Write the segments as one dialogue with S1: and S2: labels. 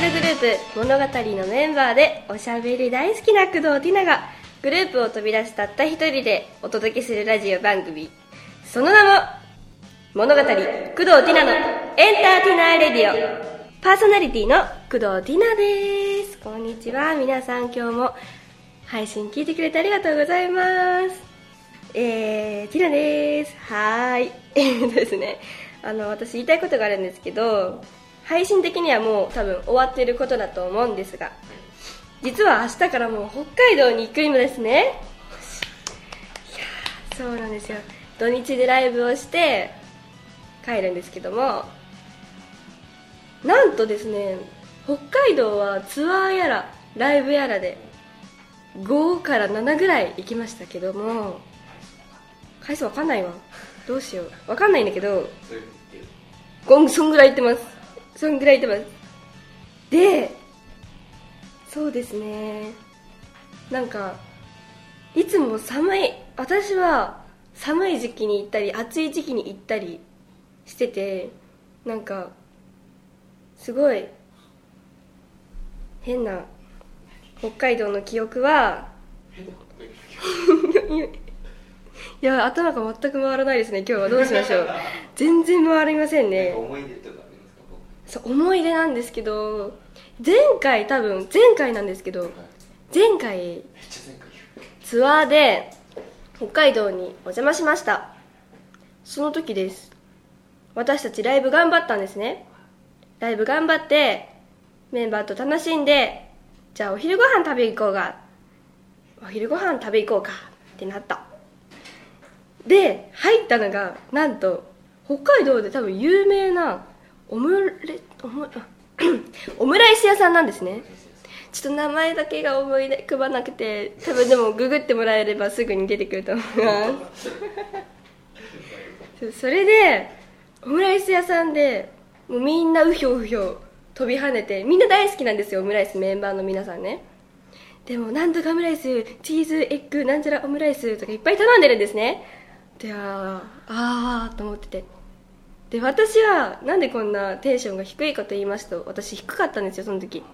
S1: ルグループ物語のメンバーでおしゃべり大好きな工藤ティナがグループを飛び出したった一人でお届けするラジオ番組その名も物語工藤ティナのエンターティナーレディオパーソナリティの工藤ティナですこんにちは皆さん今日も配信聞いてくれてありがとうございますえー、ティナですはーい えーとですねあの私言いたいことがあるんですけど配信的にはもう多分終わってることだと思うんですが実は明日からもう北海道に行くんですねいやーそうなんですよ土日でライブをして帰るんですけどもなんとですね北海道はツアーやらライブやらで5から7ぐらい行きましたけども回数わかんないわどうしようわかんないんだけどゴンそんぐらい行ってますそんぐらい行ってますでそうですねなんかいつも寒い私は寒い時期に行ったり暑い時期に行ったりしててなんかすごい変な北海道の記憶はいや頭が全く回らないですね今日はどうしましょう全然回りませんね
S2: 思い出とかありますか
S1: そう思い出なんですけど前回多分前回なんですけど
S2: 僕はい
S1: 前回
S2: めっちゃ前回言
S1: ツアーで北海道にお邪魔しましたその時です私たちライブ頑張ったんですねライブ頑張ってメンバーと楽しんでじゃあお昼ご飯食べ行こうがお昼ご飯食べ行こうかってなったで入ったのがなんと北海道で多分有名なオムレオム オムライス屋さんなんですねちょっと名前だけが思い出くばなくて多分でもググってもらえればすぐに出てくると思いますそうそれでオムライス屋さんでもうみんなうひょうひょ飛び跳ねてみんな大好きなんですよオムライスメンバーの皆さんねでもなんとかオムライスチーズエッグなんちゃらオムライスとかいっぱい頼んでるんですねであーあーと思っててで私はなんでこんなテンションが低いかと言いますと私低かったんですよその時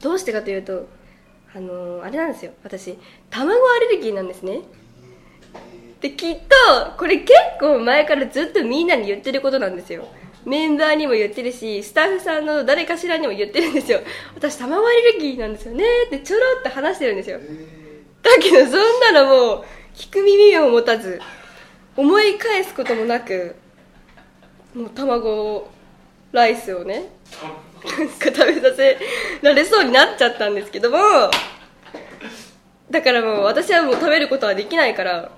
S1: どうしてかというとあのーあれなんですよ私卵アレルギーなんですねできっとこれ結構前からずっとみんなに言ってることなんですよメンバーにも言ってるしスタッフさんの誰かしらにも言ってるんですよ私卵アレルギーなんですよねってちょろっと話してるんですよだけどそんなのもう聞く耳を持たず思い返すこともなくもう卵をライスをねなんか食べさせられそうになっちゃったんですけどもだからもう私はもう食べることはできないから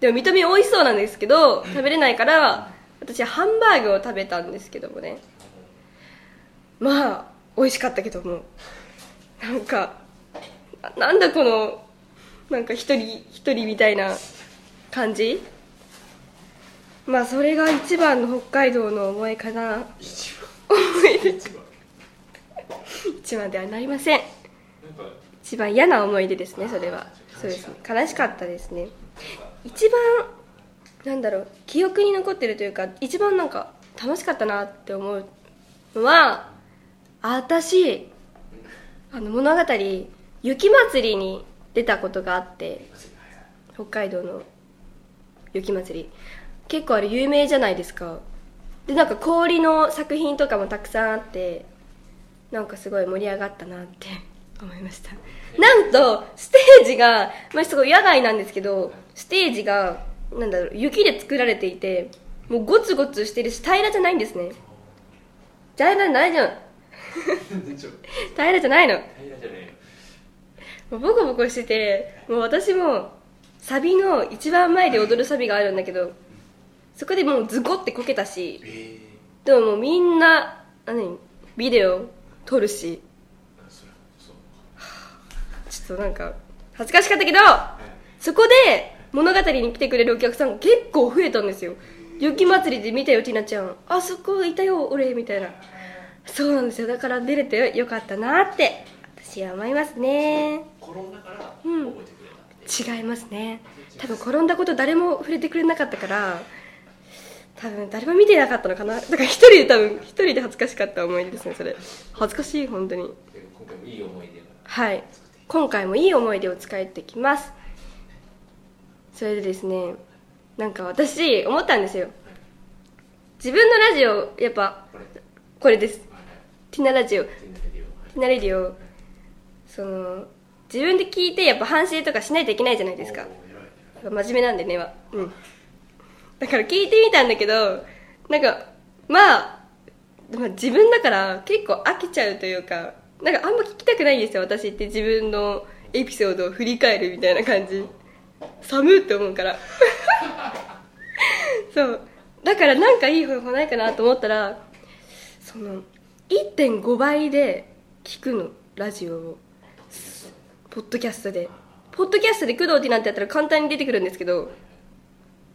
S1: でも見た目美味しそうなんですけど食べれないから私はハンバーグを食べたんですけどもねまあ美味しかったけどもなんかななんだこのなんか一人一人みたいな感じまあそれが一番の北海道の思いかな
S2: 一
S1: 思い出
S2: 番一番
S1: 一番ではなりません
S2: なんか
S1: 一番嫌な思い出ですねそれはそうですね悲しかったですね一番なんだろう記憶に残ってるというか一番なんか楽しかったなって思うのは私あの物語雪まつりに出たことがあって北海道の雪まつり結構あれ有名じゃないですかでなんか氷の作品とかもたくさんあってなんかすごい盛り上がったなって 思いましたなんとステージが、まあ、すごい野外なんですけどステージがなんだろう雪で作られていてもうゴツゴツしてるし平らじゃないんですね平らじゃないじゃん
S2: 全然ちょ
S1: 平らじゃないの
S2: 平らじゃね
S1: もうボコボコしててもう私もサビの一番前で踊るサビがあるんだけどそこでもうズコってこけたし
S2: ええ
S1: でももうみんな何ビデオ撮るし
S2: ー、それそう
S1: ちょっとなんか恥ずかしかったけど
S2: はい
S1: そこで物語に来てくれるお客さんが結構増えたんですよ雪祭りで見たよティナちゃんあそこいたよ俺みたいなそうなんですよだから出れてよかったなって私は思いますね
S2: 転んだから覚
S1: うん
S2: えてくれたって、
S1: 違いますね多分転んだこと誰も触れてくれなかったから多分誰も見てなかったのかなだから一人で多分一人で恥ずかしかった思い出ですねそれ恥ずかしい本当に
S2: でも今回もいい思い出が
S1: はい今回もいい思い出を使えてきますそれでですねなんか私思ったんですよ自分のラジオやっぱ
S2: これはい
S1: これですティナラジオテ
S2: 全然でよはい
S1: ィナレディオその自分で聞いてやっぱ反省とかしないといけないじゃないですか
S2: おー偉い
S1: 真面目なんでねはうんだから聞いてみたんだけどなんかまあまあ自分だから結構飽きちゃうというかなんかあんま聞きたくないんですよ私って自分のエピソードを振り返るみたいな感じ寒いって思うから そうだからなんかいい方法ないかなと思ったらその1.5倍で聞くのラジオをポッドキャストでポッドキャストで工藤ティナってやったら簡単に出てくるんですけど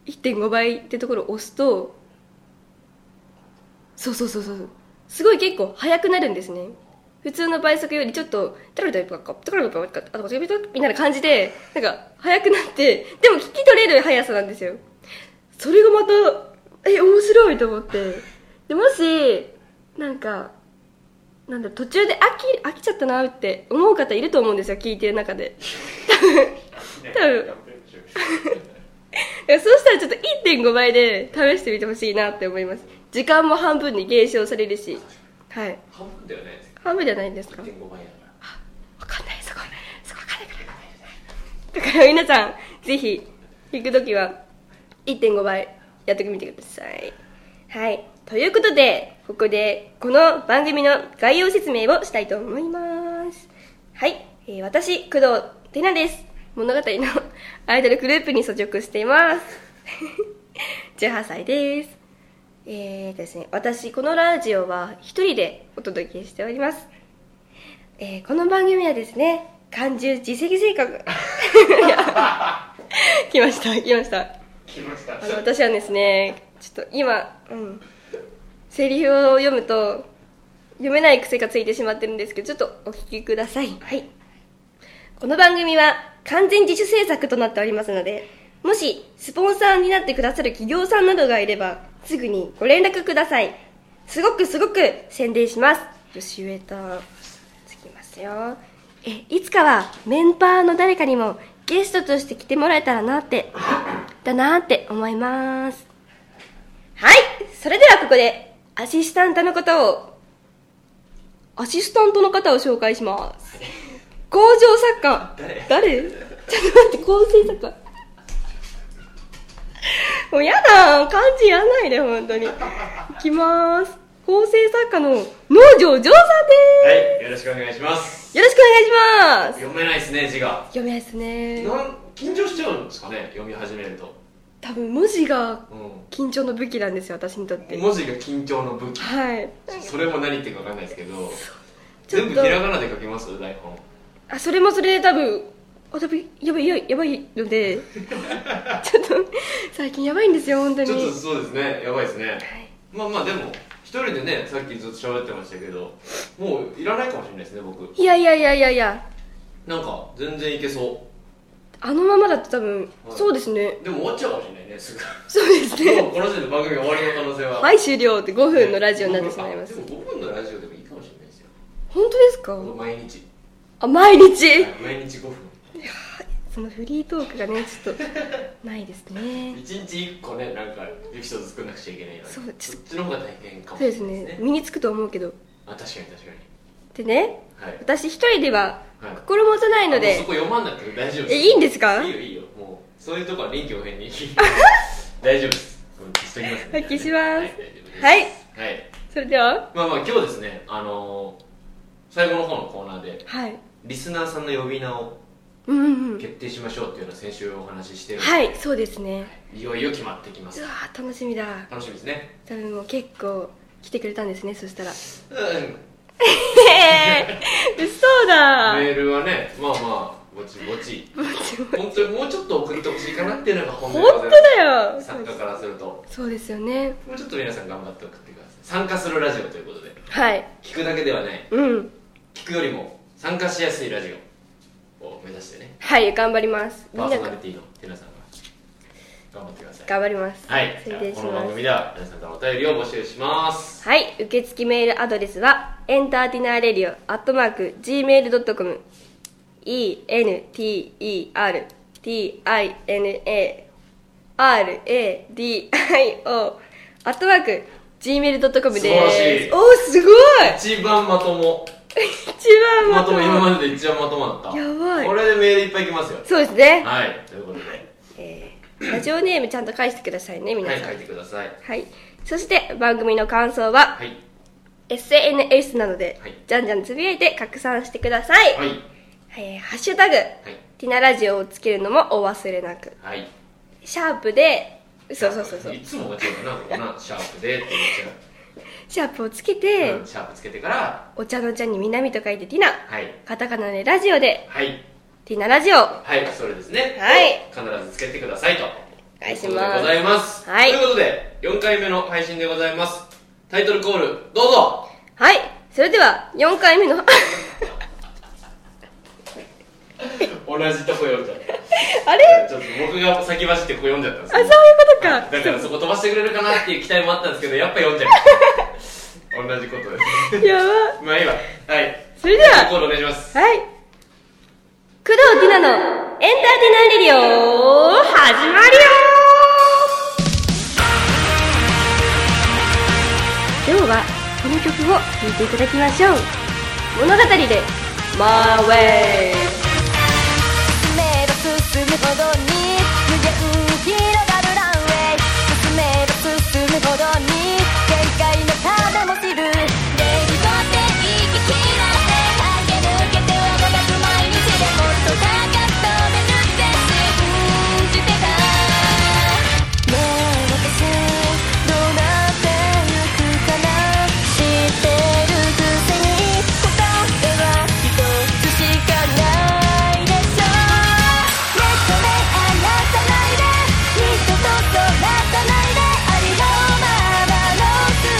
S1: 1.5倍ってところを押すとそうそうそうそうすごい結構速くなるんですね普通の倍速よりちょっと「タラタラパカタラタラパカあとパチパチパチ」みたいな感じでなんか速くなってでも聞き取れる速さなんですよそれがまたえ面白いと思ってでもしなんかなんだろう途中で飽き飽きちゃったなって思う方いると思うんですよ聞いてる中で多分
S2: やめてちょっ
S1: いやそうしたらちょっと1.5倍で試してみてほしいなって思います時間も半分に減少されるしはい
S2: と半分ではないです
S1: 半分じゃないですか分
S2: 1.5倍だから
S1: かんないそこそこ分かんないからだから皆さんぜひ弾く時は1.5倍やってみてくださいはいということでここでこの番組の概要説明をしたいと思いますはい、えー私工藤てなです物語のアイドルグループに所属しています 18歳ですえーとですね私このラジオは一人でお届けしておりますえーこの番組はですね漢字自責性 格来ました来ました
S2: 来ました
S1: あの私はですねちょっと今、うん、セリフを読むと読めない癖がついてしまってるんですけどちょっとお聞きください、はい、この番組は完全自主制作となっておりますのでもしスポンサーになってくださる企業さんなどがいればすぐにご連絡くださいすごくすごく宣伝しますよし言えたつきますよえいつかはメンバーの誰かにもゲストとして来てもらえたらなってだなって思いますはいそれではここでアシスタントの方をアシスタントの方を紹介します工場作家
S2: 誰
S1: 誰ちょっと待って構成作家もうやだ漢字やんないで本当にいきます構成作家の農場ジョーさんです、
S2: はいよろしくお願いします
S1: よろしくお願いします
S2: 読めないですね字が
S1: 読めないですね
S2: なん緊張しちゃうんですかね読み始めると
S1: 多分文字が
S2: う
S1: 緊張の武器なんですよ私にとって
S2: ん文字が緊張の武器
S1: はい
S2: それも何言ってるか分かんないですけど
S1: ちょっ
S2: 全
S1: と
S2: 部ひらがなで書きます台本
S1: あそれもそれで多分あ多分やばいやばいやばいの でちょっと最近やばいんですよ本当に
S2: ちょっとそうですねやばいですね
S1: はい
S2: まあまあでも一人でねさっきずっと喋ってましたけどもういらないかもしれないですね僕
S1: いやいやいやいやいや
S2: なんか全然いけそ
S1: あのままだと多分、
S2: はい
S1: そうですね
S2: うでも終わっちゃうかもしれないねすぐ
S1: そうですね
S2: もうこの時点で番組終わりの可能性は
S1: はい終了って5分のラジオになってしまいます
S2: あでも5分のラジオでもいいかもしれないですよ
S1: 本当ですか
S2: 毎日
S1: あ毎日
S2: 毎日5分
S1: そのフリートークがねちょっとないですね
S2: 1日1個ねなんかエピソード作んなくちゃいけないのに
S1: そうちょ
S2: そっちの方が大変か
S1: そ
S2: も
S1: う
S2: しれ
S1: で
S2: ない
S1: すね
S2: ですね
S1: 身につくと思うけど
S2: あ確かに確かに
S1: でね
S2: はい
S1: 私一人では
S2: はい
S1: 心もとないの
S2: あもうそ
S1: で、
S2: こ読まんなくて大丈夫
S1: えいいんですか
S2: いいよいいよもうそういうとこは臨機応 変に大丈夫ですもう消しときますね
S1: はい消します
S2: はい大丈夫です
S1: はい
S2: はい
S1: それでは
S2: まあまあ今日ですねあのー最後の方のコーナーで
S1: はい
S2: リスナーさんの呼び名を
S1: うんうんうん
S2: 決定しましょうっていうのは先週お話ししてる
S1: はいそうですね
S2: いよいよ決まってきま
S1: う
S2: す
S1: わー楽しみだ
S2: 楽しみですね
S1: 多分もう結構来てくれたんですねそしたら
S2: うん
S1: ええ 嘘だ
S2: メールはねまあまあぼちぼち本当にもうちょっと送ってほしいかなっていうのが本音
S1: 本
S2: でござ
S1: 当
S2: い
S1: だよ
S2: ます参加からすると
S1: そうですよね
S2: もうちょっと皆さん頑張って送ってください参加するラジオということで
S1: はい
S2: 聞くだけではない
S1: うん
S2: 聞くよりも参加しやすいラジオを目指してね
S1: はい頑張りますみ
S2: パ
S1: ん
S2: ー
S1: な
S2: ソナ
S1: が
S2: リティの皆さんが頑張ってください
S1: 頑張ります
S2: はいじ
S1: 宣
S2: ゃあ
S1: 伝し
S2: この
S1: ま
S2: 番組
S1: す
S2: では皆さんからお便りを募集します
S1: はい受付メールアドレスはエンターティナーレディオアットマーク Gmail.com ENTERTINARADIO アットマーク Gmail.com
S2: 素晴らし
S1: で
S2: い
S1: すおーすごい
S2: 一番まとも
S1: 一番
S2: ま
S1: まと
S2: とも
S1: も
S2: 今までで一番まともだった
S1: やばい
S2: これでメールいっぱい来ますよ
S1: そうですね、
S2: はいということで
S1: えーラジオネームちゃんと返してくださいね皆
S2: は
S1: さん
S2: い書いてください
S1: はい、そして番組の感想は、
S2: はい
S1: SNS などで、
S2: はい
S1: じゃんじゃんつぶやいて拡散してください、
S2: はい
S1: えーハッシュタグ、ティナラジオをつけるのもお忘れなく
S2: はいはい
S1: シャープでそうそうそうそう
S2: いつも間違うなここなシャープでって言っ
S1: シャープをつけ
S2: ち
S1: て、
S2: ゃう、うん、シャープつけてから
S1: お茶の茶に南と書いてティナ
S2: はい
S1: カタカナでラジオで
S2: はい
S1: ティナラジオは
S2: はいそれですね
S1: はい
S2: 必ずつけてくださいと
S1: お願いします
S2: とうことでございます
S1: はい
S2: ということで4回目の配信でございますタイトルコールどうぞ
S1: いそれでは4回目の
S2: 同じとこ読ん じゃった
S1: あれ
S2: ちょっと僕が先走ってここ読んじゃったんで
S1: あ
S2: す
S1: そういう
S2: けど
S1: ことか、
S2: はいだからそこ飛ばしてくれるかなっていう期待もあったんですけどやっぱ読んじゃう 同じことです
S1: やば
S2: まあいいわはい
S1: それでは
S2: タイトルコールお願いします
S1: はい。工藤ティナのエンターテイナーレディオ始まるよ今日はこの曲を聴いていただきましょう。物語で、マーウェイ
S3: 進めば進むほどに無限広がるランウェイ進めば進むほどに限界の壁も知るレイルドで息切らせ駆け抜けてはもがく毎日でもっと高く飛べなって信じてたねえ私どうなってゆくかな知ってるくせに答えは一つしかないでしょ目と目離さないで二度とそらさないでありのままの姿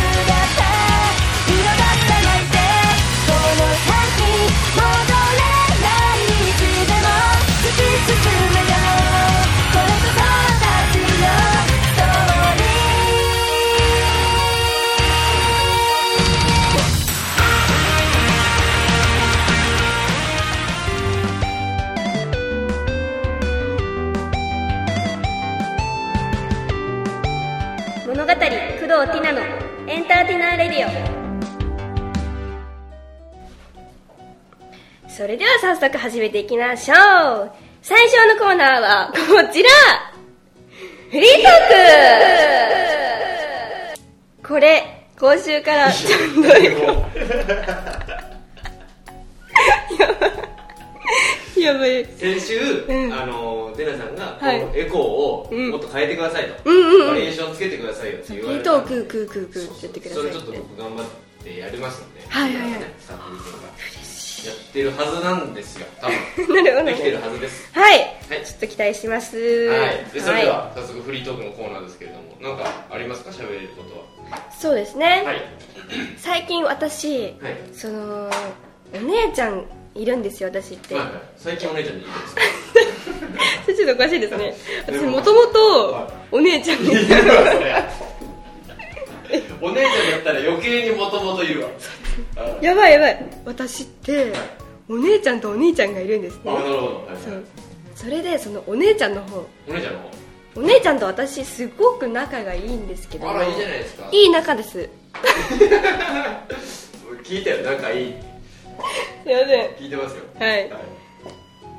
S3: 色が輝いてこの先戻れないいつでも突き進むよこれこそ私のストーリー
S1: 物語、工藤ティナのエンターテイナーレディオそれでは早速始めていきましょう最初のコーナーはこちらフリートークこれ今週からちゃんと やばい
S2: 先週、
S1: うん
S2: あのデナさんが、
S1: はい
S2: こうエコ
S1: う
S2: ー
S1: ん
S2: をもっと変えてくださいと、
S1: うんうんうん
S2: バリエーションつけてくださいよって言われた
S1: そうビートをクークークークーってやってください
S2: そうそうそれちょっと僕頑張ってやりますので、
S1: はいはいはい
S2: スタッフミーティングがやってるはずなんですよ多
S1: な
S2: 分
S1: るほど
S2: できてるはずです
S1: はい、
S2: はい
S1: ちょっと期待します
S2: はいでそれでは、早速フリートークのコーナーですけれどもなんかありますか喋れること
S1: いそうですね、
S2: ははい
S1: 最近私、
S2: はい
S1: そのお姉ちゃんいるんですよ私って、
S2: まあ最近お姉ちゃんに言いですか
S1: そ れちょっとおかしいですね私
S2: でも
S1: もともと
S2: は
S1: お姉ちゃん で
S2: 言うわそれ お姉ちゃんだったら余計にもともと言うわあ
S1: やばいやばい私ってお姉ちゃんとお兄ちゃんがいるんです
S2: あ
S1: ね
S2: なるほど、はいはい
S1: そうそれでそのお姉ちゃんの方
S2: お姉ちゃんの方
S1: お姉ちゃんと私すごく仲がいいんですけど
S2: あらいいじゃないですか
S1: いい仲です
S2: 聞いたよ仲いい
S1: すいません
S2: 聞いてますよ
S1: はい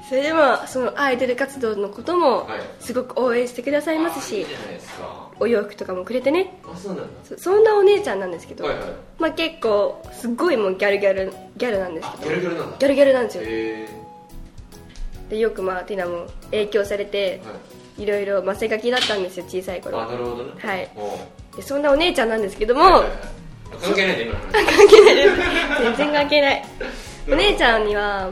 S1: それでもそのアイドル活動のことも
S2: はい
S1: すごく応援してくださいます
S2: あいい
S1: し
S2: じゃないですか
S1: お洋服とかもくれてね
S2: あそうなんだ
S1: そそんなお姉ちゃんなんですけど、
S2: はいはい
S1: まあ、結構すっごいもうギャルギャルギャルなんです
S2: あ
S1: け
S2: ギ
S1: ど
S2: ャルギャルなんだ
S1: ギャルギャルなんですよ
S2: へ
S1: でよくまあティナも影響されて
S2: えはい
S1: いろいろマセガキだったんですよ小さい頃
S2: あなるほどね
S1: はい
S2: おう
S1: でそんなお姉ちゃんなんですけども、
S2: はいはいはいあ関係ないね今の 話
S1: 関係ないです全然関係 ないお姉ちゃんには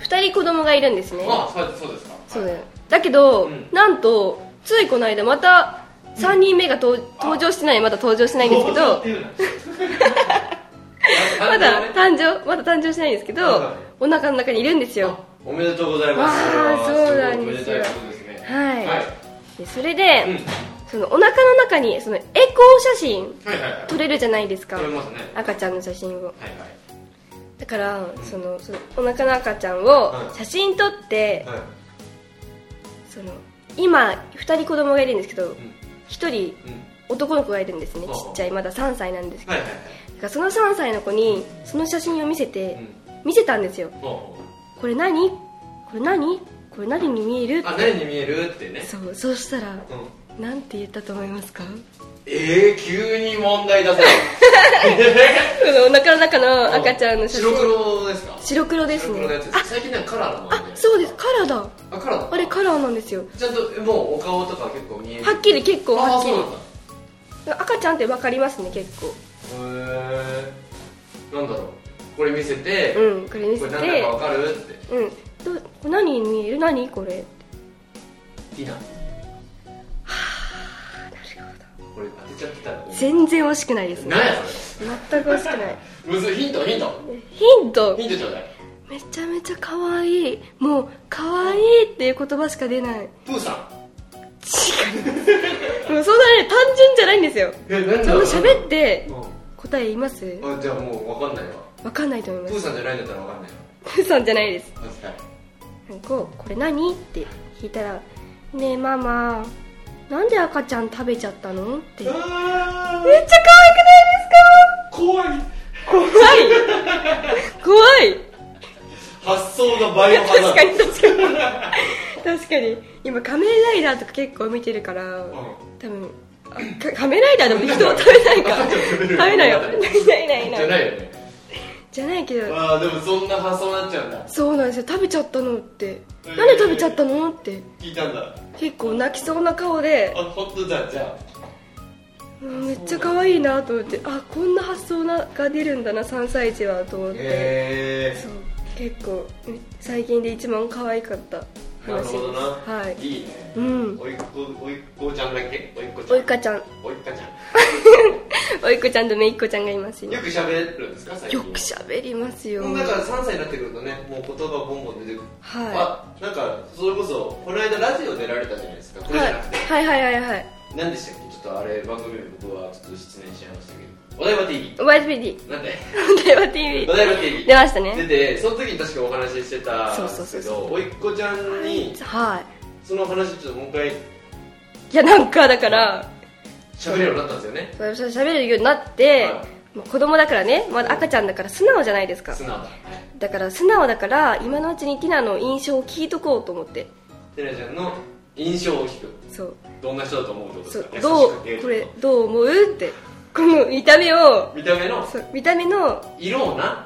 S1: 2人子供がいるんですね
S2: あそうそうですか
S1: そう
S2: はい
S1: だよだけど、
S2: うん
S1: なんとついこの間また3人目がとう、登場してないまだ登場してないんですけ
S2: 登場っ
S1: ど
S2: て いう な
S1: まだ誕
S2: 誕
S1: 生まだ誕生してないんですけ
S2: そうだ
S1: ど
S2: ね
S1: お腹の中にいるんです
S2: 生ね
S1: よ
S2: おめでとうございます
S1: わあ
S2: れは
S1: そうなんですよ
S2: ごいおめでたいことですね
S1: はい
S2: はい
S1: ででそれで、
S2: うん
S1: そのお腹の中にそのエコー写真
S2: はいはいはい
S1: 撮れるじゃないですか
S2: 撮れますね
S1: 赤ちゃんの写真を
S2: はいはい
S1: だからそのそのお腹の赤ちゃんを
S2: はい
S1: 写真撮って、
S2: はい
S1: その今2人子供がいるんですけど、
S2: うん
S1: 1人
S2: うん
S1: 男の子がいるんですね
S2: ああ
S1: ちっちゃいまだ3歳なんですけど
S2: はいはいはい
S1: だからその3歳の子にその写真を見せて、
S2: う
S1: 見せたんですよ
S2: んおうおう
S1: これ何これ何これ何に見える
S2: あ何に見えるってね
S1: そうそうしたら
S2: うん
S1: なんて言ったと思いますか
S2: えー、急に問題出せない
S1: そのお腹の中の赤ちゃんの写真
S2: 白黒ですか
S1: 白黒です
S2: 白
S1: ね
S2: 黒のやつです最近なんかカラーのも
S1: あ
S2: のね
S1: そうですカラーだ
S2: あカラーだ
S1: あれカラーなんですよ
S2: ちゃんともうお顔とか結構見える
S1: はっきり結構
S2: あ
S1: は
S2: あ
S1: っき
S2: そうなんだ
S1: り赤ちゃんって分かりますね結構
S2: へえなんだろうこれ見せて、
S1: うんこれ見
S2: こ
S1: せ
S2: れ何だ
S1: て
S2: かわかるって
S1: うんどう何に見える何これ
S2: いいな
S1: あなるほ
S2: これ当てちゃってたら
S1: ど全然惜しくないですね
S2: 何や
S1: 全く惜しくない
S2: それむずいヒントヒント
S1: ヒント
S2: ヒントちょうだい
S1: めちゃめちゃ可愛いもう可愛いっていう言葉しか出ない
S2: プーさん
S1: もうそんなね単純じゃないんですよ
S2: え何
S1: ちゃんと喋って
S2: う
S1: 答え言います
S2: んあじゃあもうわかんないわ
S1: わかんないと思いま
S2: プーさんじゃないんだったらわかんないわ
S1: す嘘じゃないです
S2: 確かに
S1: こうこれ何って聞いたら「ねえママなんで赤ちゃん食べちゃったの?」ってめっちゃ
S2: あ
S1: 可愛くないですか
S2: ー怖い
S1: 怖い怖い
S2: 発想がバイオハザ
S1: 確か
S2: ー
S1: に確かに確かに今仮面ライダーとか結構見てるから、多分あか仮面ライダーでも人を食べないか
S2: 赤ちゃん食べ
S1: 食べ
S2: る
S1: ないよ
S2: 食べ
S1: いないいないい
S2: ド
S1: な
S2: じゃ
S1: い
S2: ないよね
S1: じゃないけど
S2: ああでもそんな発想になっちゃうんだ
S1: そうなんですよ食べちゃったのって、
S2: えー
S1: なんで食べちゃったのって
S2: 聞いたんだ
S1: 結構泣きそうな顔で
S2: あ本当だじゃあ
S1: うんめっちゃ可愛いなと思ってあこんな発想なが出るんだな3歳児はと思って、
S2: え
S1: そう結構うん最近で一番可愛かった
S2: ー、な
S1: 話
S2: る
S1: です
S2: ほどな、
S1: はい
S2: いいね
S1: うん
S2: おいっ子おいっ子ちゃんだっけおいっ子ちゃん
S1: おいかちゃん
S2: おいっかちゃ
S1: おいこちゃんとめいっこちゃんがいます
S2: ん
S1: よ
S2: よく喋るんですか最近
S1: よく喋りますよ
S2: だから3歳になってくるとねもう言葉ボンボン出てくる
S1: は
S2: あなんかそれこそこの間ラジオ出られたじゃないですかこ
S1: い、
S2: れじ
S1: は
S2: ゃ
S1: い
S2: なくて、、
S1: はいはいはいはい
S2: 何でしたっけちょっとあれ番組僕はちょっと失念しちゃいましたけどお台場 TV
S1: ワイズビディ
S2: なんで
S1: 台湾
S2: お
S1: TV
S2: 台場 TV
S1: 出ました
S2: 出
S1: ね
S2: てその時に確かお話ししてたんですけ
S1: そうそう
S2: どおいっ子ちゃんに
S1: は
S2: その話ちょっともう一回
S1: いいやなんかだから
S2: 喋れるようになったんですよね
S1: そう喋れるようになって、
S2: は
S1: まあ子供だからねまだ赤ちゃんだから素直じゃないですか
S2: 素直だ
S1: だから素直だから今のうちにティナの印象を聞いとこうと思って
S2: テレちゃんの印象を聞く
S1: そう
S2: どんな人だと思うってことで
S1: そ
S2: す
S1: う
S2: か
S1: どう
S2: 優しく
S1: これどう思うってこの見た目を
S2: 見た目の
S1: そう見た目の
S2: 色をな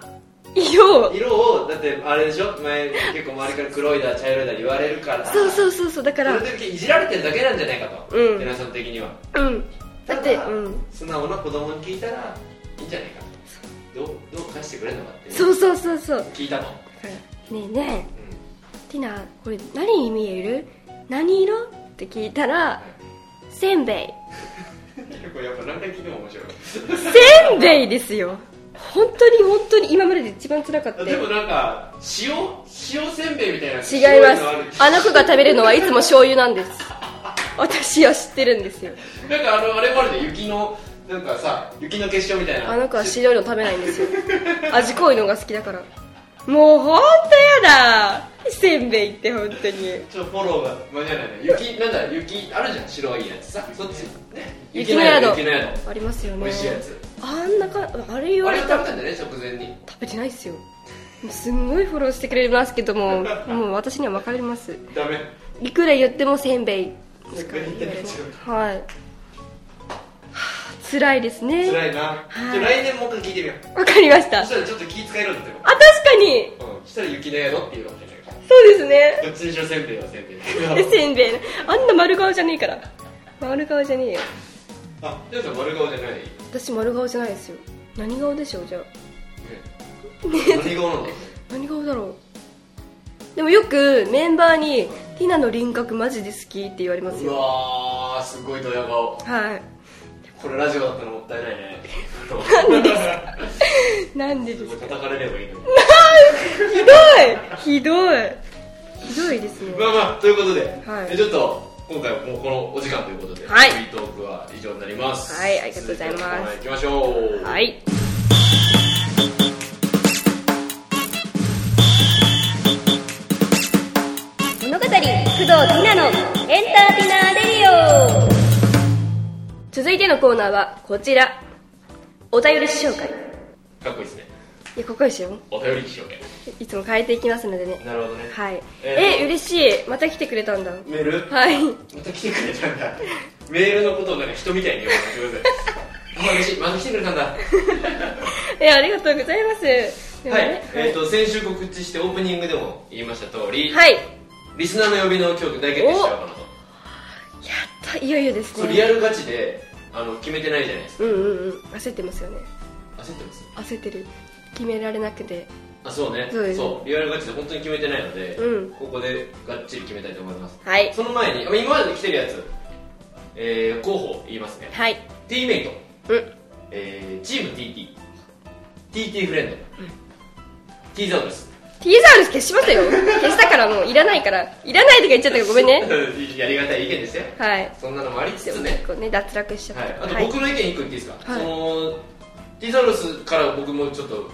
S1: 色を
S2: 色をだってあれでしょ前結構周りから黒いだ茶色いだ言われるから
S1: そうそうそうそうだか
S2: そ
S1: ら
S2: れだけいじられてるだけなんじゃないかと、
S1: うん
S2: 皆さん的には
S1: うんだって
S2: た
S1: うん
S2: 素直な子供に聞いたらいいんじゃないかとどうどう返してくれるのかって
S1: そうそうそうそうだか
S2: 聞いたの、
S1: らねえねえ
S2: う
S1: ティナこれ何に見える何色って聞いたらせんべい
S2: ん、結構やっぱ何回聞いても面白い
S1: せんべいですよ本当に本当に今までで一番辛かった
S2: でもなんか塩塩せんべいみたい
S1: 違
S2: な
S1: います
S2: 白の
S1: あ
S2: あ
S1: の子が食べるのはいつも醤油なんです私は知ってるんですよ
S2: るなんかあのあれもあるで雪のなんかさ雪の結晶みたいな
S1: あの子は白いの食べないんですよ味濃いのが好きだからもう本当やだせんべいって本当に
S2: ちょっとフォローが間に合わないね雪なんだ雪あるじゃん白いやつさそっちね
S1: 雪の宿
S2: 雪の宿
S1: ありますよね
S2: 美味しいやつ
S1: あんなかあれ言
S2: あ
S1: わ
S2: れ
S1: れ
S2: 食
S1: た
S2: べた
S1: ら
S2: んだね直前に
S1: 食べてないですよすんごいフォローしてくれますけどももう私には分かります
S2: ダメ
S1: いくら言ってもせんべいしか
S2: せんべい
S1: 言われ
S2: になっち
S1: ないはいはあ辛いですね
S2: 辛いな
S1: はい
S2: じゃあ来年もう一回聞いてみよう
S1: わかりましたあ
S2: そし
S1: 確
S2: たらちょっと気遣えるんだよ
S1: かに
S2: うんそしたら雪の宿っていうかもしれないから
S1: そうですね
S2: どっちにしろせんべいはせんべい
S1: でせんべいあんな丸顔じゃねえから丸顔じゃねえよ
S2: あちょっと丸顔じゃないね
S1: 私丸顔じゃないですよ何顔でしょうじゃあ
S2: 何顔 なんだろうね
S1: 何顔だろうでもよくメンバーに「ティナの輪郭マジで好き」って言われます
S2: う
S1: よ
S2: わーすごいドヤ顔
S1: はい
S2: これラジオだったらもったいないね
S1: なんでですか なんでですす
S2: ごい
S1: か
S2: 叩かれればいいのに
S1: ひどいひどいひどいですね
S2: まあまあということで、
S1: はい
S2: えちょっと今回はもうこのお時間ということで、
S1: はい
S2: フリートークは以上になります。
S1: はいありがとうございます
S2: 続いてのコーナー行きましょう。
S1: は。い物語工藤ティナのエンターティナーレディオ続いてのコーナーはこちらお便り紹介
S2: かっこいいですね。
S1: いやここですよ
S2: お便り気象ね。
S1: いつも変えていきますのでね
S2: なるほどね。
S1: はい
S2: え
S1: え
S2: ー
S1: 嬉しいまた来てくれたんだ
S2: メール
S1: はい
S2: また来てくれたんだ。 メールのことをなんか人みたいに言わないでくだ さい。あ、嬉しい。また来てくれた んだ。はい。
S1: えありがとうございますでもね
S2: えっ、と、先週告知してオープニングでも言いました通り、
S1: はいや
S2: リスナーの呼びの教育大決定しちゃおうかなと。
S1: ったいよいよです
S2: そう
S1: ね
S2: リアルガチであの決めてないじゃないですか
S1: うんうんうん焦ってますよね
S2: 焦ってます
S1: 焦ってる決められなくて
S2: あそうね
S1: そうです
S2: リアルガチで本当に決めてないので、
S1: うん
S2: ここでがっちり決めたいと思います
S1: はい
S2: その前にあ今まで来てるやつ、えー、候補言いますね
S1: はい、
S2: T メイト、
S1: うん、
S2: えー、チーム TT TT フレンド、T ザウルス
S1: T ザウルス消しましたよ消したからもういらないからいらないとか言っちゃったからごめんね
S2: やりが たい意見ですよ
S1: はい
S2: そんなのもありつ
S1: で
S2: つ
S1: も
S2: ね
S1: 結構ね脱落しちゃっ
S2: は
S1: た
S2: い、
S1: か
S2: あ
S1: ら
S2: と僕の意見1個言っていいですか、
S1: はい
S2: そのティザウルスから僕もちょっと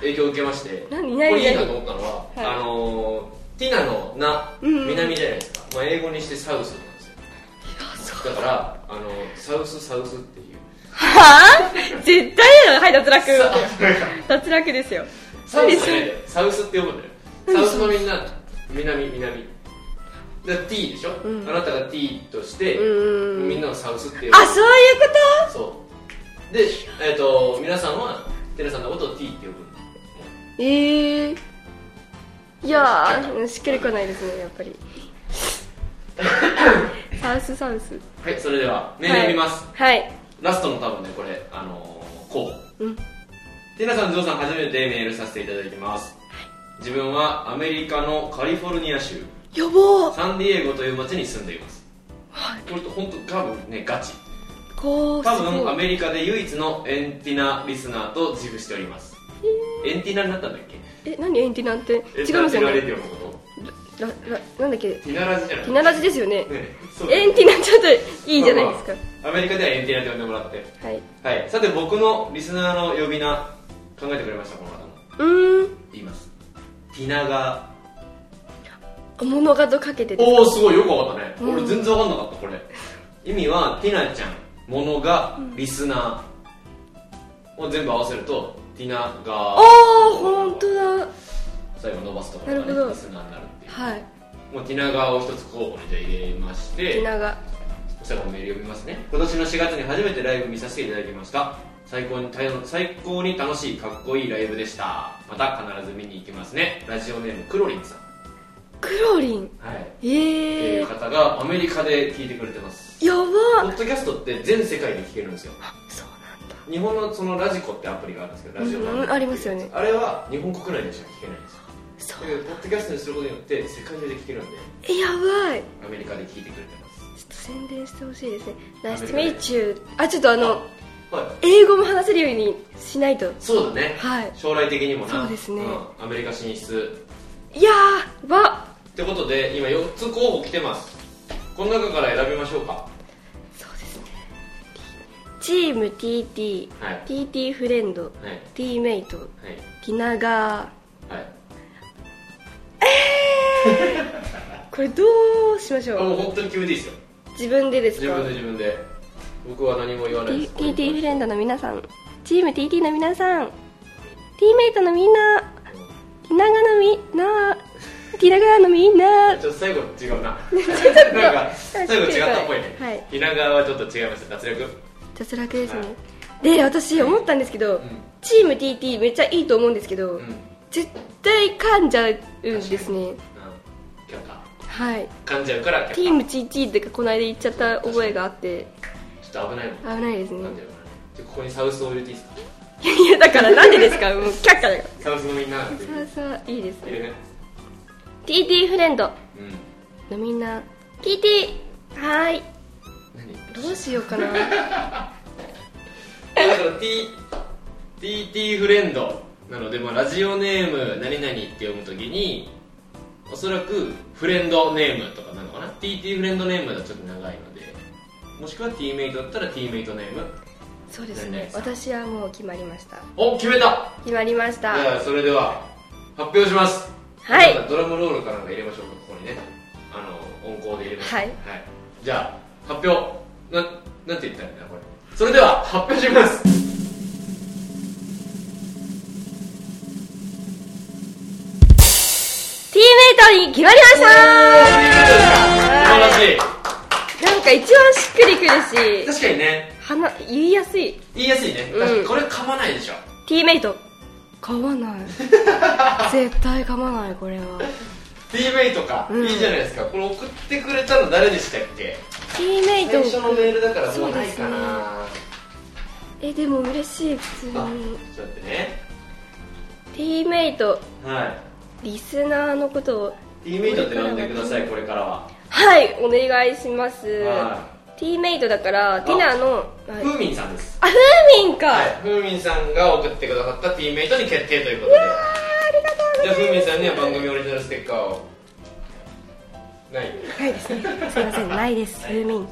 S2: 影響を受けまして
S1: 何
S2: こ
S1: 何
S2: れいいな
S1: 何
S2: と思ったのは、
S1: はい
S2: あのーティナの「な」
S1: うんうん
S2: 南じゃないですか、まあ、英語にしてサウスなんですよだからあのサウスサウスっていう
S1: はぁ絶対やだはい脱 落脱落ですよ
S2: サウス
S1: それ
S2: でサウスって呼ぶんだよサウスのみんな南南だから T でしょ、
S1: うん
S2: あなたが T として、
S1: うんうん
S2: みんなをサウスって呼ぶ
S1: あそういうこ
S2: そうで、えっと皆さんはテレさんのことを T って呼ぶんだ
S1: とええいやーうんしっくりこないですねやっぱ りサウスサウス
S2: はい、それではメール読みます、
S1: はい、はい
S2: ラストの多分ね、これ、あのー、候補
S1: うん
S2: ティナさん、ジョーさん、初めてメールさせていただきます自分はアメリカのカリフォルニア州
S1: 予防
S2: サンディエゴという町に住んでいますこれと本当多分ねガチ
S1: こう
S2: 多
S1: す
S2: 分
S1: ご
S2: ア
S1: い
S2: メリカで唯一のエンティナリスナーと自負しておりますエンティナになったんだっけ
S1: え何エンティなんて違い
S2: エン
S1: ます
S2: ティナ
S1: よ
S2: レ
S1: ね
S2: ディオのこと
S1: ららなんだっけテ
S2: ティナラジじゃない
S1: ィナラジですよね
S2: ねそうだよ
S1: エンティナちょっといいじゃないですか
S2: アメリカではエンティナと呼んでもらって
S1: はい
S2: はいさて僕のリスナーの呼び名考えてくれましたこの方も
S1: うーん
S2: 言いますティナガ
S1: 物がとかけてて
S2: おおすごいよくわかったね、
S1: うん
S2: 俺全然わかんなかったこれ意味はティナちゃんものがリスナーを全部合わせるとティナガ
S1: ああ本当だ
S2: 最後伸ばすところが、
S1: なるほ
S2: ね、
S1: ど
S2: リスナーになるってい
S1: はいう
S2: もうティナガを一つ候補にじゃあ入れまして
S1: ティナが
S2: 最後メール読みますね今年の4月に初めてライブ見させていただきました最高に大最高に楽しいかっこいいライブでしたまた必ず見に行きますねラジオネームクロリンさん
S1: クロリン
S2: はいって
S1: え
S2: い
S1: え
S2: う方がアメリカで聞いてくれてます
S1: や
S2: ポ
S1: ば
S2: ッドキャストって全世界で聞けるんですよ
S1: そうなんだ
S2: 日本のそのラジコってアプリがあるんですけどラジオ
S1: うんうんありますよね
S2: あれは日本国内でしか聞けないんですよ
S1: そ
S2: だけどポッドキャストにすることによって世界中で聞けるんで
S1: うやばい
S2: アメリカで聞いてくれてます
S1: ちょっと宣伝してほしいですね Nice to meet you あちょっとあの
S2: はい
S1: 英語も話せるようにしないと
S2: そうだね、
S1: はい
S2: 将来的にもな
S1: そうですね
S2: んアメリカ進出
S1: いやーば
S2: ってことで今4つ候補来てますこの中から選びましょうか
S1: そうですねチーム TT
S2: はい
S1: TT フレンド
S2: はい
S1: T メイト
S2: はい
S1: ティナガー
S2: はい
S1: これどうしまし
S2: あ
S1: ょ
S2: も
S1: う
S2: う本当に決めていいですよ
S1: 自分でです
S2: 自
S1: か
S2: 分で自分で僕は何も言わないです
S1: T- TT フレンドの皆さんチーム TT の皆さん T メイトのみんなティナガのみんなティナガのみんな
S2: ちょっと最後違 うな
S1: と
S2: なんか最後違ったっぽいね、
S1: はい
S2: 平川はちょっと違いました脱力
S1: 脱落ですねで私思ったんですけど、
S2: ん
S1: チーム TT めっちゃいいと思うんですけど、
S2: うん、うん、
S1: 絶対噛んじゃうんですね
S2: キャッ
S1: はい
S2: タ噛んじゃうから
S1: チ
S2: キャ
S1: ー
S2: ッ
S1: ム TT ってこの間言っちゃった覚えがあって
S2: タちょっと危ないもん
S1: 危ないですね
S2: 噛んじゃうからねじゃあここにサウスを入れていいですか
S1: いやいやだからなんでですかもう却下だか
S2: サウスのみんなって
S1: ら
S2: い
S1: さ
S2: う
S1: あさあいいです
S2: 入れ
S1: ね
S2: ね
S1: TT フレンド
S2: うん
S1: のみんな TT はーい
S2: 何
S1: どうしようかな
S2: だから T TT フレンドなので、まあ、ラジオネーム何々って読むときにおそらくフレンドネームとかなのかな TT フレンドネームだとちょっと長いのでもしくは T メイトだったら T メイトネーム
S1: そうです
S2: 何
S1: ね
S2: 々さん
S1: 私はもう決まりました
S2: お決めた
S1: 決まりまし
S2: じ
S1: た
S2: ゃあそれでは発表します
S1: はい
S2: なんかドラムロールかなんか入れましょうかここにねあの音高で入れましょう
S1: はい
S2: じゃあ発表ななんて言ったらいいんだこれそれでは発表し ます
S1: ティーメイトに決まりました
S2: 素
S1: は
S2: 晴らしい
S1: いなんか一番しっくりくるし
S2: 確かにね
S1: 鼻言いやすい
S2: 言いやすいね、
S1: うん
S2: 確かにこれ噛まないでしょ
S1: ティーメイト噛ま ない絶対噛まないこれは
S2: T メイトか、
S1: うん
S2: いいじゃないですかこれ送ってくれたの誰でしたっけ
S1: ティーメイト
S2: 最初のメールだからも
S1: そうう
S2: な
S1: で
S2: い
S1: す
S2: か
S1: ね
S2: な、
S1: えでも嬉しい普通
S2: あ
S1: に
S2: ちょっと待ってね
S1: ティーメイト
S2: は
S1: リスナーのことを
S2: い T メイトって呼んでくださいこれからは、
S1: はいお願いします
S2: は
S1: ティーメイトだからティナーのはい
S2: ふうみんさんです
S1: あふーみんか、
S2: はいふうみんさんが送ってくださった T メイトに決定ということでじゃあふうみんさんには番組オリジナルステッカーをない
S1: ないですねすいませんないですふーみん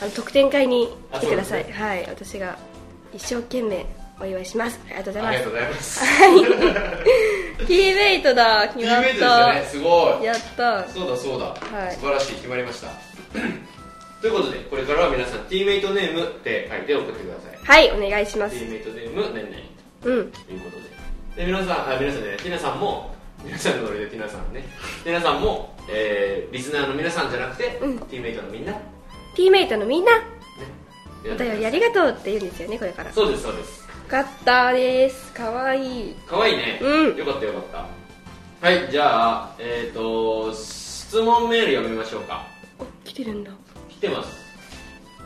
S1: あの特典会に来てくださ
S2: あ
S1: い、はい私が一生懸命お祝いしますありがとうござい
S2: あ
S1: ま
S2: りが
S1: す
S2: とうござ います
S1: ティーメイトだ
S2: T
S1: 決
S2: メイ
S1: まっ
S2: トですよ
S1: た、
S2: ねすごい
S1: やった
S2: そうだそうだ、
S1: はい
S2: 素晴らしい決まりました ということでこれからは皆さん T メイトネームって書いて送ってくださ
S1: はいお願いしま
S2: い
S1: す
S2: T メイトネーム何々
S1: うん
S2: ということでで皆さんあ皆さんねティナさんも 皆さんのノリでティナさんねティナさんも、えーリスナーの皆さんじゃなくて、
S1: うん
S2: ティーメイトのみんな、ね、
S1: ティーメイトのみんな
S2: や
S1: お
S2: ってくださ
S1: 便
S2: い
S1: りありがとうって言うんですよねこれからよ
S2: そうですそうです
S1: かったですかわいい
S2: かわいいね、
S1: うん
S2: よかったよかったはいじゃあえっ、と質問メール読みましょうか
S1: お来てるんだ
S2: 来てます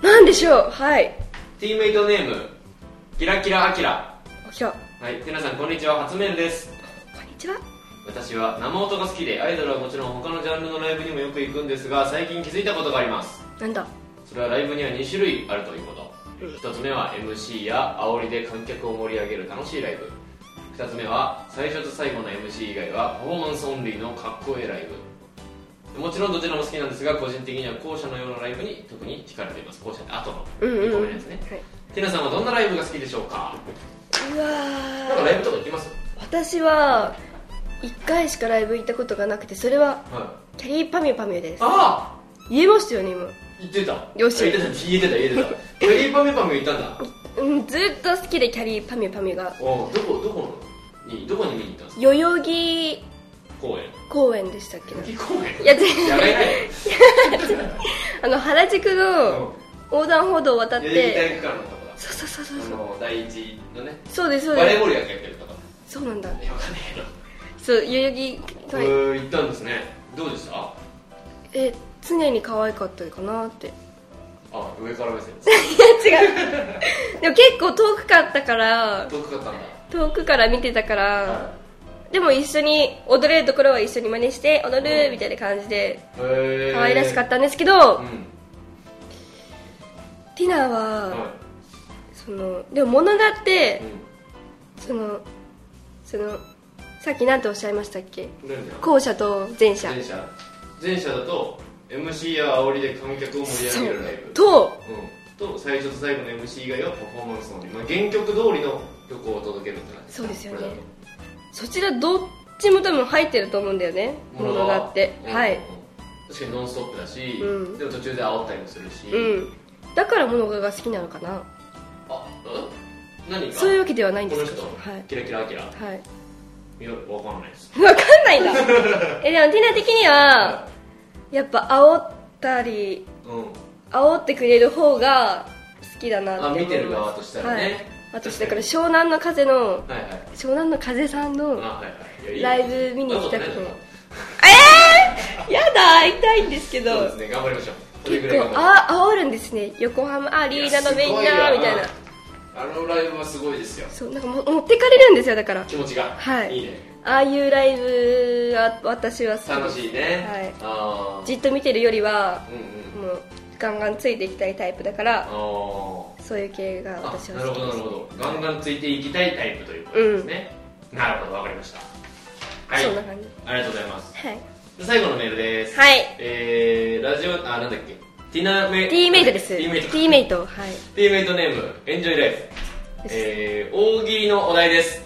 S1: なんでしょうはい
S2: ティーメイトネームキラキラアキラ
S1: おひょ
S2: はい、てなさんこんにちは、初メールです。
S1: こんにちは
S2: 私は生音が好きで、アイドルはもちろん他のジャンルのライブにもよく行くんですが、最近気づいたことがあります。
S1: なんだ
S2: それはライブには2種類あるということ。
S1: うん
S2: 1つ目は MC や煽りで観客を盛り上げる楽しいライブ。2つ目は最初と最後の MC 以外はパフォーマンスオンリーのかっこええライブ。もちろんどちらも好きなんですが、個人的には後者のようなライブに特に惹かれています。後者って後の
S1: うんうん
S2: 2個
S1: うん、
S2: 目の
S1: は
S2: や
S1: い
S2: つね。てなさんはどんなライブが好きでしょうか
S1: うわ
S2: なんか
S1: ー
S2: ライブとか行きます
S1: 私は1回しかライブ行ったことがなくてそれは
S2: はい。
S1: キャリーパミュパミュです
S2: ああ
S1: 言えましたよね今
S2: 言ってた
S1: よし
S2: 言ってた言ってた言って たペリーパミュパミュ言ったんだ
S1: うんずっと好きでキャリーパミュパミュが
S2: おうどこどこにどこに見に行ったんですか
S1: 代々木
S2: 公園
S1: 公園でしたっけ
S2: 代々木公園
S1: いや 全
S2: や
S1: 然
S2: めないよ
S1: あの原宿の横断歩道を渡っ
S2: 代々木体
S1: て
S2: 育館のとこだ
S1: そうそうそうそう
S2: あ
S1: そう
S2: の第一のね
S1: そうですそ
S2: バ
S1: うで
S2: レー
S1: す
S2: ボールやってるとこだ
S1: そうなんだ
S2: よかね
S1: そう代々木
S2: えな
S1: は
S2: へ
S1: い
S2: ー行ったんですねどうでしたあ
S1: え常に可愛かったかなってい
S2: 上から目線
S1: や 違うでも結構遠くかったから
S2: 遠かったんだ
S1: 遠くから見てたから、
S2: は
S1: でも一緒に踊れるところは一緒に真似して踊るみたいな感じで
S2: いへえ
S1: 可愛らしか
S2: っ
S1: ったんですけど、
S2: うん
S1: ティナは、
S2: は
S1: そのでも物があっ
S2: い
S1: て
S2: う
S1: そのそのさっき何ておっしゃいましたっけ
S2: ん何だ
S1: 後者と前者
S2: 前者前者だと MC や煽りで観客を盛り上げるライブ
S1: と
S2: うん、と最初と最後の MC 以外はパフォーマンスのみ、まあ、原曲通りの曲を届けるって感じ
S1: そうですよね
S2: これだと
S1: そちらどっちも多分入ってると思うんだよね物があって
S2: うん
S1: はい
S2: 確かにノンストップだし、
S1: うん
S2: でも途中で煽ったりもするし、
S1: うんだから物がが好きなのかな
S2: あうん何が
S1: そういうわけではないんで
S2: この
S1: すけ
S2: 人、
S1: どはい
S2: キラキラアキラ
S1: はい
S2: いやわかんないです
S1: 分かんないんだえでもティナ的にはやっぱ煽ったり
S2: う
S1: 煽ってくれる方が好きだなって
S2: あ
S1: 思います
S2: 見てる側としたらね
S1: はい、私だから湘南の風の
S2: んはいはい
S1: 湘南の風さん
S2: あ
S1: の
S2: はいはいいや
S1: ラ
S2: い
S1: イ
S2: いよ
S1: ブ見に行きたくて
S2: そんなこ
S1: えー、やだ痛いんですけど
S2: とないそうですね頑張りましょうそれぐ
S1: 結
S2: らい頑
S1: 構
S2: 張
S1: あ煽るんですね横浜アリーナのみんなみ
S2: いやすごいよ
S1: たいな
S2: あのライブはすごいですよ
S1: そうなんかも持ってかれるんですよだから
S2: 気持ちが
S1: はい
S2: いいね
S1: ああいうライブは私は好きです
S2: 楽しいね、
S1: はい
S2: あ
S1: じっと見てるよりは
S2: あうんうん
S1: もうガンガンついていきたいタイプだから
S2: あ
S1: そういう系が
S2: あ
S1: 私
S2: な
S1: は
S2: る
S1: 好
S2: ほ
S1: きです
S2: どなるほどガンガンついていきたいタイプということですね、なるほどわかりましたはい
S1: そんな感じ
S2: ありがとうございます
S1: はい
S2: で最後のメールです
S1: はい
S2: えー、ラジオあなんだっけティナメ
S1: T メイトです
S2: ティーメイトか
S1: T メイトはい
S2: ティーメイトネームエンジョイライフ
S1: です
S2: えー、大喜利のお題です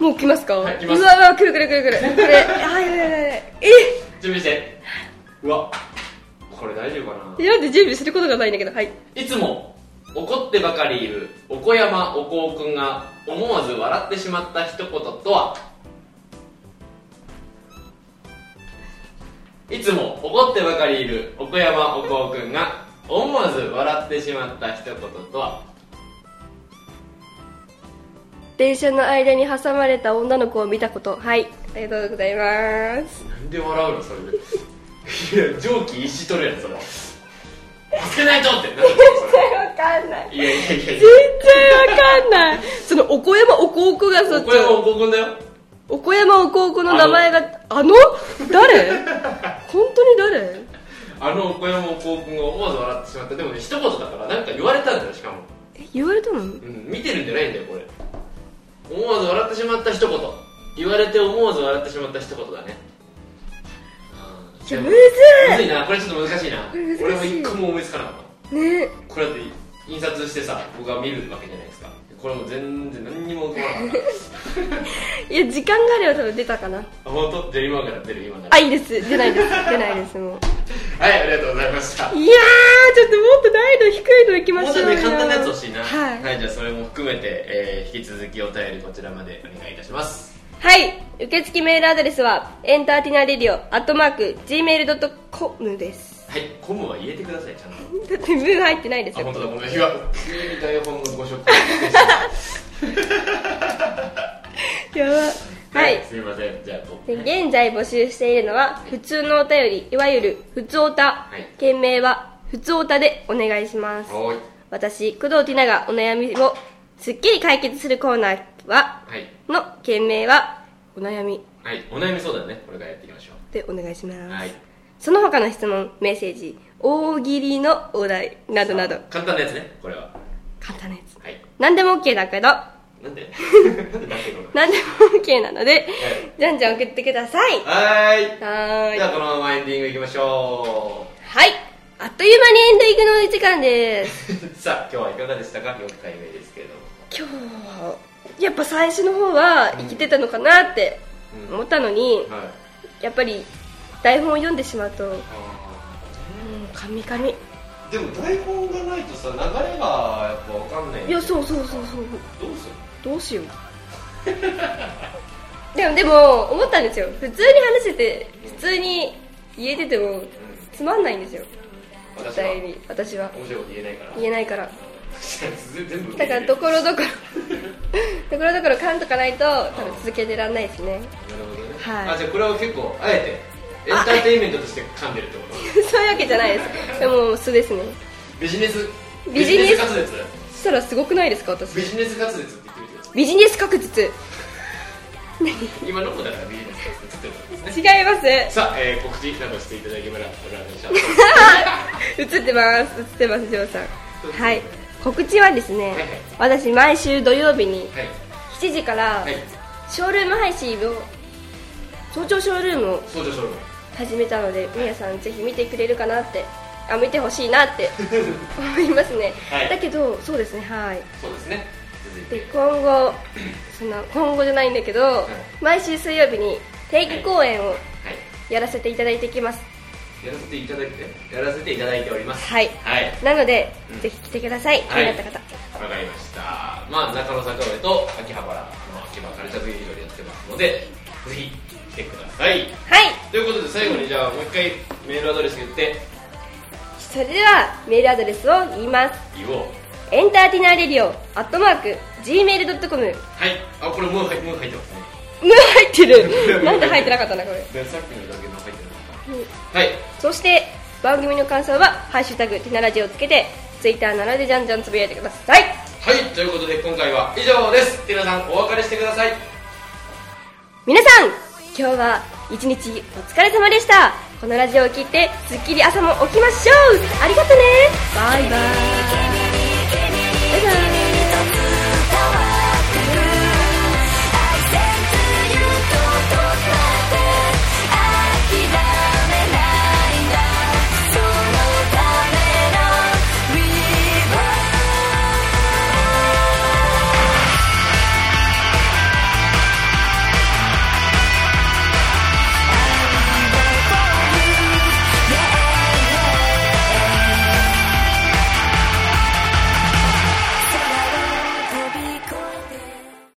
S1: もう来ますか、
S2: はい来ます
S1: うわうわ来る来る来る来るこれ あやばいやばいやばいえ
S2: 準備してうわこれ大丈夫か
S1: なんで準備することがないんだけどはい
S2: ないつも怒ってばかりいるおこやまおこうくんが思わず笑ってしまった一言とはいつも怒ってばかりいるおこやまおこうくんが思わず笑ってしまった一言とは
S1: 電車の間に挟まれた女の子を見たことはいありがとうございます
S2: なんで笑うのそれで いや蒸気石取るやん それ助けないとってな る
S1: わかんない
S2: それいやいやいやい
S1: 全然わかんないそのおこやまおこおこがそ
S2: や
S1: っ
S2: これも
S1: ち
S2: おこうくんだよ
S1: おこやまおこおこの名前があの誰本当に誰
S2: あの小山幸君が思わず笑ってしまったでもね一言だからなんか言われたんだよしかも、
S1: え言われたの
S2: うん、見てるんじゃないんだよこれ思わず笑ってしまった一言言われて思わず笑ってしまった一言だねあー
S1: いやむ
S2: む
S1: ず
S2: ずいなこれちょっと難しいな
S1: これ難しい
S2: 俺も一個も思いつかなかった
S1: いね
S2: これだって印刷してさ僕が見るわけじゃないですかこれも全然何にも浮かばなかっ
S1: いや時間があれば多分出たかな
S2: たあ本当じゃあ今から出る今から
S1: あいいです出ないです出ないですもう
S2: はいありがとうございました
S1: いやーちょっともっと難易度低いのいきま
S2: もう
S1: し
S2: ちょ
S1: ょ
S2: っ
S1: う
S2: と
S1: よ
S2: ね簡単なやつ欲しいな
S1: はい、はい
S2: じゃあそれも含めて、えー引き続きお便りこちらまでお願いいたします
S1: 受付メールアドレスはエンターティナーレディオアットマーク Gmail.com です
S2: はいコムは入れてくださいちゃんと
S1: だってムー入ってないです
S2: あ
S1: よ
S2: 本当だごめん今急に台本のご紹介
S1: やばはい、
S2: すみませんじゃあ
S1: で現在募集しているのは普通のお便りいわゆる普通おた、
S2: はい
S1: 件名は普通おたでお願いします
S2: おはい
S1: 私工藤ティナがお悩みをすっきり解決するコーナーは
S2: はい
S1: の件名はお悩み
S2: はいお悩み相談ねこれからやっていきましょ
S1: でお願いします、
S2: うはい
S1: その他の質問メッセージ大喜利のお題などなど
S2: 簡単なやつねこれは
S1: 簡単なやつ
S2: はい
S1: 何でも OK だけど
S2: な んでなんでだけどな
S1: 何でも OK なのでじゃんじゃん送ってください
S2: はーい
S1: はーい
S2: じゃあこのままエンディングいきましょ
S1: はいあっという間にエンディングのお時間です
S2: うさあ今日はいかがでしたか4回目ですけれども
S1: 今日はやっぱ最初の方は生きてたのかなって
S2: うん
S1: 思ったのに
S2: はい
S1: やっぱり台本を読んでしまうとうん
S2: あ
S1: カミカミ
S2: ーでも台本がないとさ流れがやっぱ分かんない
S1: いやそうそうそうそう
S2: どうする
S1: どうしようでもでも思ったんですよ普通に話してて普通に言えててもつまんないんですよ絶
S2: 私は
S1: 対
S2: 面
S1: に私は
S2: 白いこと言えないから
S1: 言えないから
S2: 全部
S1: だから
S2: ど
S1: ところどころ ところどころ噛んとかないと多分続けてらんないですね
S2: なるほどね、
S1: はい
S2: あじゃあこれは結構あえてエンターテインメントとして噛んでるってこと
S1: そういうわけじゃないですでも素ですね
S2: ビジネス
S1: ビジネス
S2: 滑舌
S1: そしたらすごくないですか私
S2: ビジネス滑舌って言ってみてくださ
S1: ビジネス確実違い
S2: い今のもだからビジネス滑舌ってことですね
S1: ます
S2: さあ、えー、告知などしていただければこれは しゃ
S1: 映ってます映ってますジョーさんはい告知はですね私毎週土曜日に
S2: はい
S1: 7時から
S2: はい
S1: ショールーム配信を早朝ショールームを
S2: 相乗ショー
S1: 始めたので皆さんぜひ見てくれるかなってあ見てほしいなって 思いますね、
S2: はい
S1: だけどそうですねはい
S2: そうですね続い
S1: で
S2: て
S1: 今後そんな今後じゃないんだけど、
S2: い
S1: 毎週水曜日に定期公演を
S2: はい
S1: やらせていただいてきます
S2: やらせていただいてやらせていただいております
S1: はい
S2: はい
S1: なので、
S2: うん
S1: ぜひ来てください気になった方、
S2: わかりましたまあ中野坂上と秋葉原の秋葉カルチャーズ劇場でやってますのでぜひ来てください
S1: はい
S2: ということで最後にじゃあもう一回メールアドレス言って
S1: それではメールアドレスを言います
S2: 言おう
S1: エンターティナーレディオアットマーク Gmail.com ム
S2: はいあこれもうはいもう入ってます
S1: ー
S2: ね
S1: 入って るなんで入ってなかったんだこれ
S2: でさっきのだけの入ってなかったはい
S1: そして番組の感想は「ハッシュタグティナラジオ」をつけてツイッターならでじゃんじゃんつぶやいてください
S2: はいということで今回は以上です皆さんお別れしてください
S1: 皆さん今日は一日お疲れ様でしたこのラジオを聞いてすっきり朝も起きましょうありがとねバイバイバイバイ